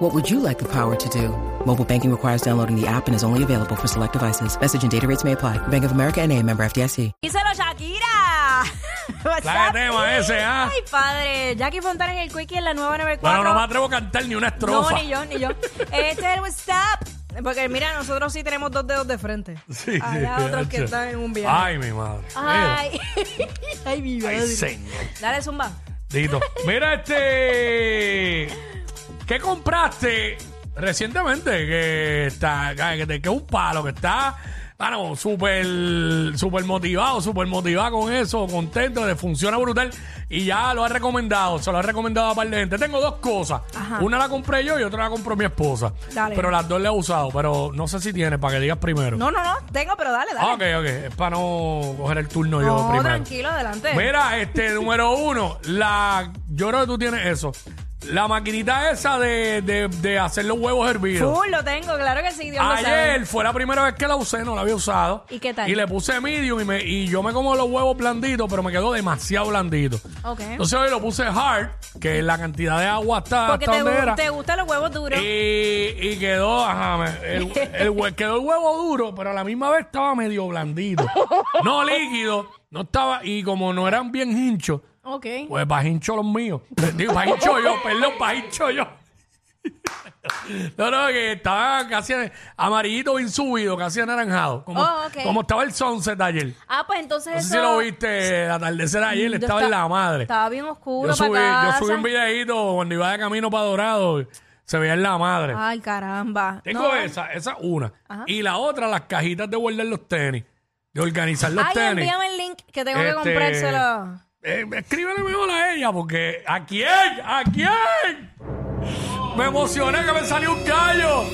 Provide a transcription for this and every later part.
What would you like the power to do? Mobile banking requires downloading the app and is only available for select devices. Message and data rates may apply. Bank of America and a member FDIC. ¡Díselo, Shakira! What's La de up? tema ese, ¿ah? Ay, padre. Jackie Fontana en el Quickie en la nueva 94. Bueno, no me atrevo a cantar ni una No, estrofa. ni yo, ni yo. Este es el What's Up. Porque mira, nosotros sí tenemos dos dedos de frente. Sí, sí, Allá otros que hacho. están en un viaje. Ay, mi madre. Ay. Ay, mi Mira. Ay, madre. señor. Dale, zumba. Dito. Mira este. ¿Qué compraste recientemente? Que está. Que te- que es un palo, que está. Bueno, súper super motivado, súper motivado con eso, contento, le funciona brutal. Y ya lo ha recomendado, se lo ha recomendado a par de gente. Tengo dos cosas. Una la compré yo y otra la compró mi esposa. Dale. Pero las dos las he usado, pero no sé si tienes, para que digas primero. No, no, no. Tengo, pero dale, Ah, dale. Ok, ok. Es para no coger el turno yo no, primero. tranquilo, adelante. Mira, este, número uno, la. Yo creo que tú tienes eso. La maquinita esa de, de- de hacer los huevos hervidos. Full lo tengo, claro que sí, Dios lo sabe. Ayer fue la primera vez que la usé, no la había usado. ¿Y qué tal? Y le puse medium y, me- y yo me como los huevos blanditos, pero me quedó demasiado blandito. Ok. Entonces hoy lo puse hard, que la cantidad de agua está Porque hasta te, donde gu- era. te gustan los huevos duros. Y, y quedó, ajá, me- el, el hue- quedó el huevo duro, pero a la misma vez estaba medio blandito. No líquido, no estaba, y como no eran bien hinchos, Ok. pues para hincho los míos. Digo, para hincho yo, perdón, para hincho yo. No, no, que estaba casi amarillito bien subido, casi anaranjado. Como, Oh, ok. como estaba el sunset de ayer. Ah, pues entonces No eso... sé si lo viste, el atardecer de ayer, Yo estaba en esta- la madre. Estaba bien oscuro Yo subí, para yo casa. subí un videito cuando iba de camino para Dorado. Se veía en la madre. Ay, caramba. Tengo No. esa, esa una. Y la otra, las cajitas de guardar los tenis, de organizar los Ay, tenis. envíame el link que tengo que Este- comprárselo. Eh, escríbele mejor a ella, porque ¿a quién? ¿A quién? Me emocioné que me salió un gallo.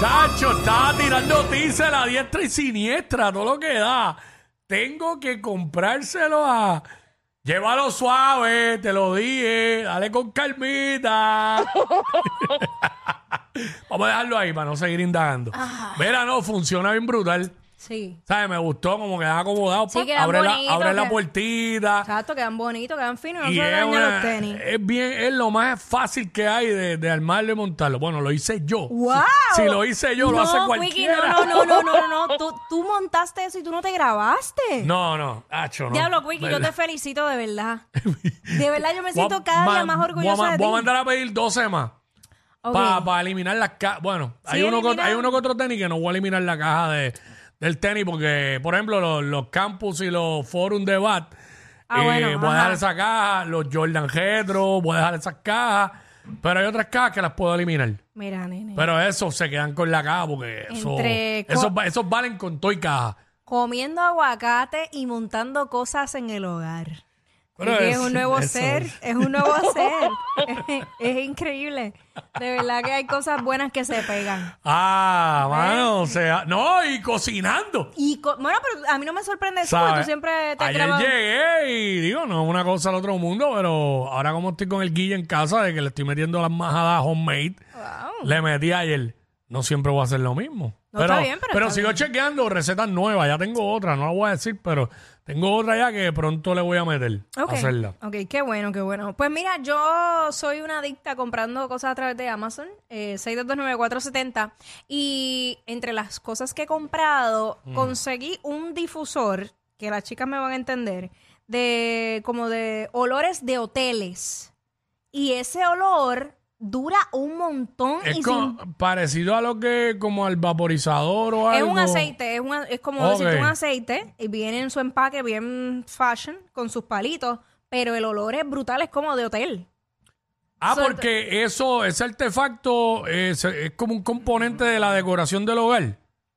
Chacho, estaba tirando tiza a la diestra y siniestra, todo lo que da. Tengo que comprárselo a. Llévalo suave, te lo dije. Dale con calmita. Vamos a dejarlo ahí para no seguir indagando. Mira, no, funciona bien brutal. Sí. ¿Sabes? Me gustó como queda acomodado. Sí, pa, quedan abre bonitos, la, abre la quedan- puertita. Exacto, quedan bonitos, quedan finos, no se Y le es, dañan una- eh, los tenis. es bien, es lo más fácil que hay de, de armarlo y montarlo. Bueno, lo hice yo. ¡Wow! Si, si lo hice yo, lo hace no, Quickie, cualquiera. no, no, no, no, no, no, no. Tú, tú montaste eso y tú no te grabaste. No, no, Acho, no. Diablo, Quickie, yo te ¿Verdad? felicito de verdad. De verdad, yo me siento Voy a- cada día ma- más orgullosa voy a, de ti. voy a mandar a pedir 12 más. Ok. Para eliminar las cajas. Bueno, hay, uno con- elimina- hay uno que otro tenis que no voy a eliminar la caja de, del tenis porque, por ejemplo, los, los campus y los forum de BAT. Ah, eh, bueno, voy a ajá. dejar esa caja, los Jordan Retro, voy a dejar esas cajas. Pero hay otras cajas que las puedo eliminar. Mira, nene. Pero esos se quedan con la caja porque eso, Entre co- esos, va- esos valen con todo y caja. Comiendo aguacate y montando cosas en el hogar. Pero Oye, es, es- un nuevo eso ser, es. es un nuevo ser. es, increíble. De verdad que hay cosas buenas que se pegan. Ah, mano, o sea, no, y cocinando. Y co- bueno, pero a mí no me sorprende eso porque ¿sabes? tú siempre te Ayer grabas. llegué y digo, no, una cosa al otro mundo, pero ahora como estoy con el guille en casa de que le estoy metiendo las majadas homemade, Wow. le metí ayer. No siempre voy a hacer lo mismo. No, está bien, pero está sigo chequeando recetas nuevas. Ya tengo otra, no la voy a decir, pero tengo otra ya que pronto le voy a meter Ok, a hacerla. ok, qué bueno, qué bueno. Pues mira, yo soy una adicta comprando cosas a través de Amazon, eh, 6229470. Y entre las cosas que he comprado, Mm. conseguí un difusor, que las chicas me van a entender, de como de olores de hoteles. Y ese olor dura un montón. Es y co- sin- parecido a lo que como al vaporizador o es algo. un aceite, es, una- es como Ok. decirte un aceite y viene en su empaque bien fashion con sus palitos, pero el olor es brutal, es como de hotel. Ah, Suelta. porque eso, ese artefacto es, es como un componente de la decoración del hogar.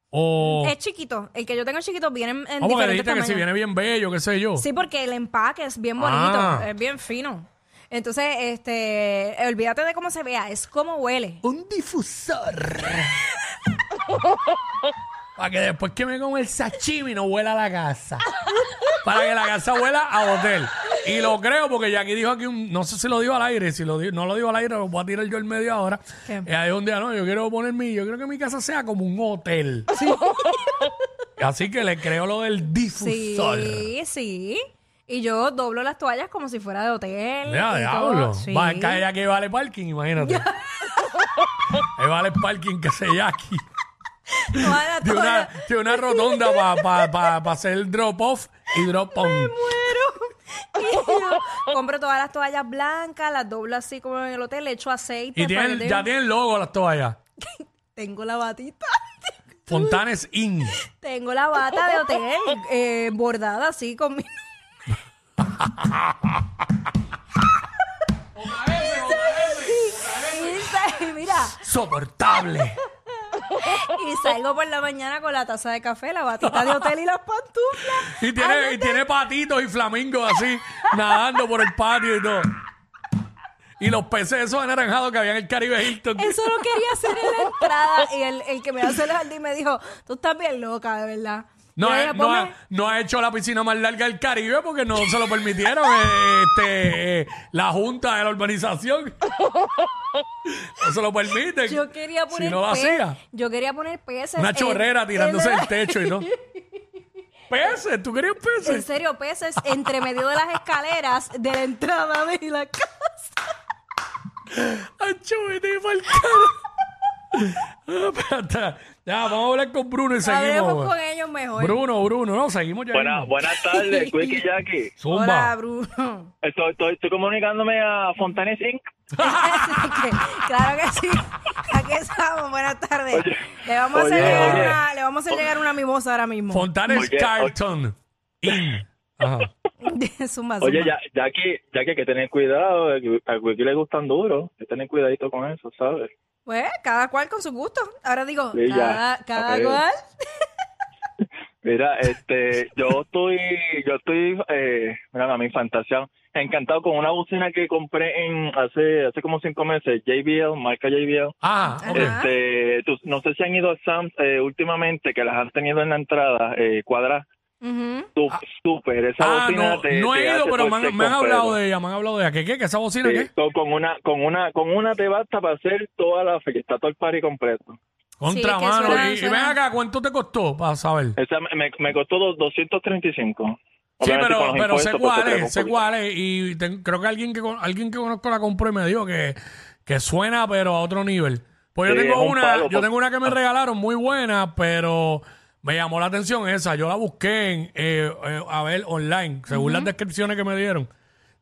O Es chiquito, el que yo tengo chiquito viene en, en Ah, porque diferentes dijiste que si tamaños. viene bien bello, qué sé yo. Sí, porque el empaque es bien bonito, Ah. es bien fino. Entonces, este, olvídate de cómo se vea, es como huele. Un difusor. Para que después que me coma el sashimi no huela a la casa. Para que la casa huela a hotel. Y lo creo porque Jackie dijo aquí, un- no sé si lo dijo al aire, si lo dijo- no lo dijo al aire, lo voy a tirar yo en medio ahora. ¿Qué? Ella dijo un día, no, yo quiero poner mi, yo quiero que mi casa sea como un hotel. Así que le creo lo del Sí, difusor. sí. Y yo doblo las toallas como si fuera de hotel. Mira, y diablo. todo. Sí. Va a caer aquí vale parking, imagínate. Ahí vale parking que se Jackie. Toda la- De toda una, la- de una rotonda para hacer drop off y drop on. Pero- compro todas las toallas blancas, las doblo así como en el hotel, le echo aceite. Y para que tienen, tenga- ya tienen logo las toallas. Tengo la batita. Fontanes In. Tengo la bata de hotel eh, bordada así con mi... Y sa- y Mira, Soportable. y salgo por la mañana con la taza de café, la batita de hotel y las pantuflas. Y tiene, y tiene patitos y flamingos así, nadando por el patio y todo. Y los peces esos anaranjados que había en el Caribe Hilton. Eso lo quería hacer en la entrada. Y el, el que me hace el jardín me dijo, tú estás bien loca, de verdad. No, Yo he- dije, no, eh, ha, "Ponme- no ha hecho la piscina más larga del Caribe porque no se lo permitieron eh, este, eh, la junta de la urbanización. No se lo permiten. Yo quería poner Si no lo pe- hacía. Yo quería poner peces. Una en- chorrera en tirándose la- del techo y no. Peces, ¿tú querías En peces? serio, peces entre medio de las escaleras de la entrada de la casa. Ancho, vete pa'l carajo. Ah, espérate. Ya, vamos a hablar con Bruno y Hablemos seguimos. con ellos mejor. Bruno, Bruno, no, seguimos ya. Buena- mismo. buenas tardes, Quick y Jackie. Zumba. Hola, Bruno. Estoy, estoy, estoy comunicándome a Fontanes Inc. claro que sí. Aquí estamos. Buenas tardes. Oye, le, vamos a hacer oye, llegar oye. Una, le vamos a hacer llegar una mimosa ahora mismo. Fontanes Oye, Carlton. In. Ajá. zumba, zumba. Oye, ya, Jackie, Jackie, hay que tener cuidado. A Quicky le gustan duro. Hay que tener cuidadito con eso, ¿sabes? Pues cada cual con su gusto. Ahora digo, Sí, ya. cada, cada Ok. cual. Mira, este, yo estoy, yo estoy, eh, mira, a mi fantasía, encantado con una bocina que compré en hace, hace como cinco meses, JBL, marca JBL. Ah, ok. Ajá. Este, tú- no sé si han ido a Sam's eh, últimamente, que las han tenido en la entrada, eh, cuadra, Ujú. su- súper, esa Ah, bocina no, te- no te he ido, hace pero me han, torcer me han con hablado pelo. de ella, me han hablado de ella. ¿Qué, qué? ¿Que esa bocina Sí, qué? con, con una, con una, con una te basta para hacer toda la fiesta, todo el party completo. Contra Sí, que mano. suena- y, y suena- ven acá, ¿cuánto te costó para saber? Esa me- me, me costó dos- 235. Sí, Obviamente con pero, los pero sé impuestos, pues, cuál te queda un es, sé poquito. cuál es. Y ten- creo que alguien que con- alguien que conozco la compró y me dijo que, que suena, pero a otro nivel. Pues yo Sí, tengo es un una, palo, yo pues. tengo una que me regalaron muy buena, pero me llamó la atención esa. Yo la busqué en, eh, eh, a ver online, según las descripciones que me dieron.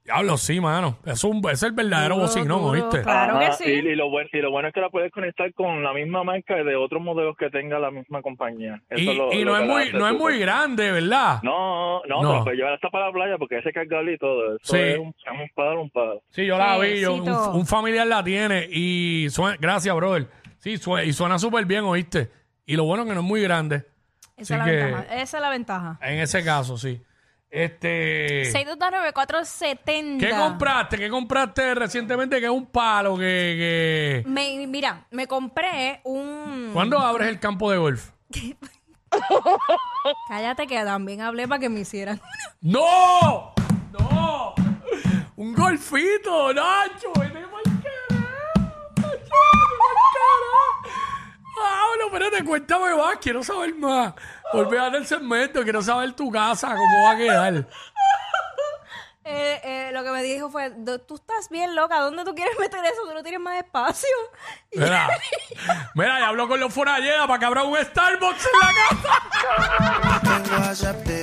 Diablo, sí, mano. Es un, es el verdadero Duro, bocinón, duro, ¿oíste? claro. que Ajá, sí. Y, y lo bueno, y lo bueno es que la puedes conectar con la misma marca de otros modelos que tenga la misma compañía. Eso Y, es lo- y lo no que es la muy, hace no es súper. muy grande, ¿verdad? No, no, No. te la puedes llevar hasta para la playa porque ese cargable y todo. Eso Sí. es un, es un palo, un palo. Sí, yo la vi, yo- un, Suavecito. un familiar la tiene y suena, gracias, brother. Sí, sue- y suena súper bien, ¿oíste? Y lo bueno es que no es muy grande. Esa es la Así que- ventaja. Esa es la ventaja. En ese caso, sí. Este, 6229470. ¿Qué compraste? ¿Qué compraste recientemente que es un palo? que, que- Me- mira, me compré un. ¿Cuándo abres el campo de golf? Cállate que también hablé para que me hicieran. ¡No! ¡No! ¡Un golfito, Nacho! ¡Vete pa'l carajo! ¡Nacho, vete pa'l carajo! Ah, bueno, espérate, cuéntame más, quiero saber más. Olvídate el segmento, quiero saber tu casa, cómo va a quedar. Eh, eh, lo que me dijo fue: "Do- Tú estás bien loca, ¿dónde tú quieres meter eso? Tú no tienes más espacio. Y yo, Mira, mira, ya hablo con los foralleras para que abra un Starbucks en la casa. tengo a Zapte. oh.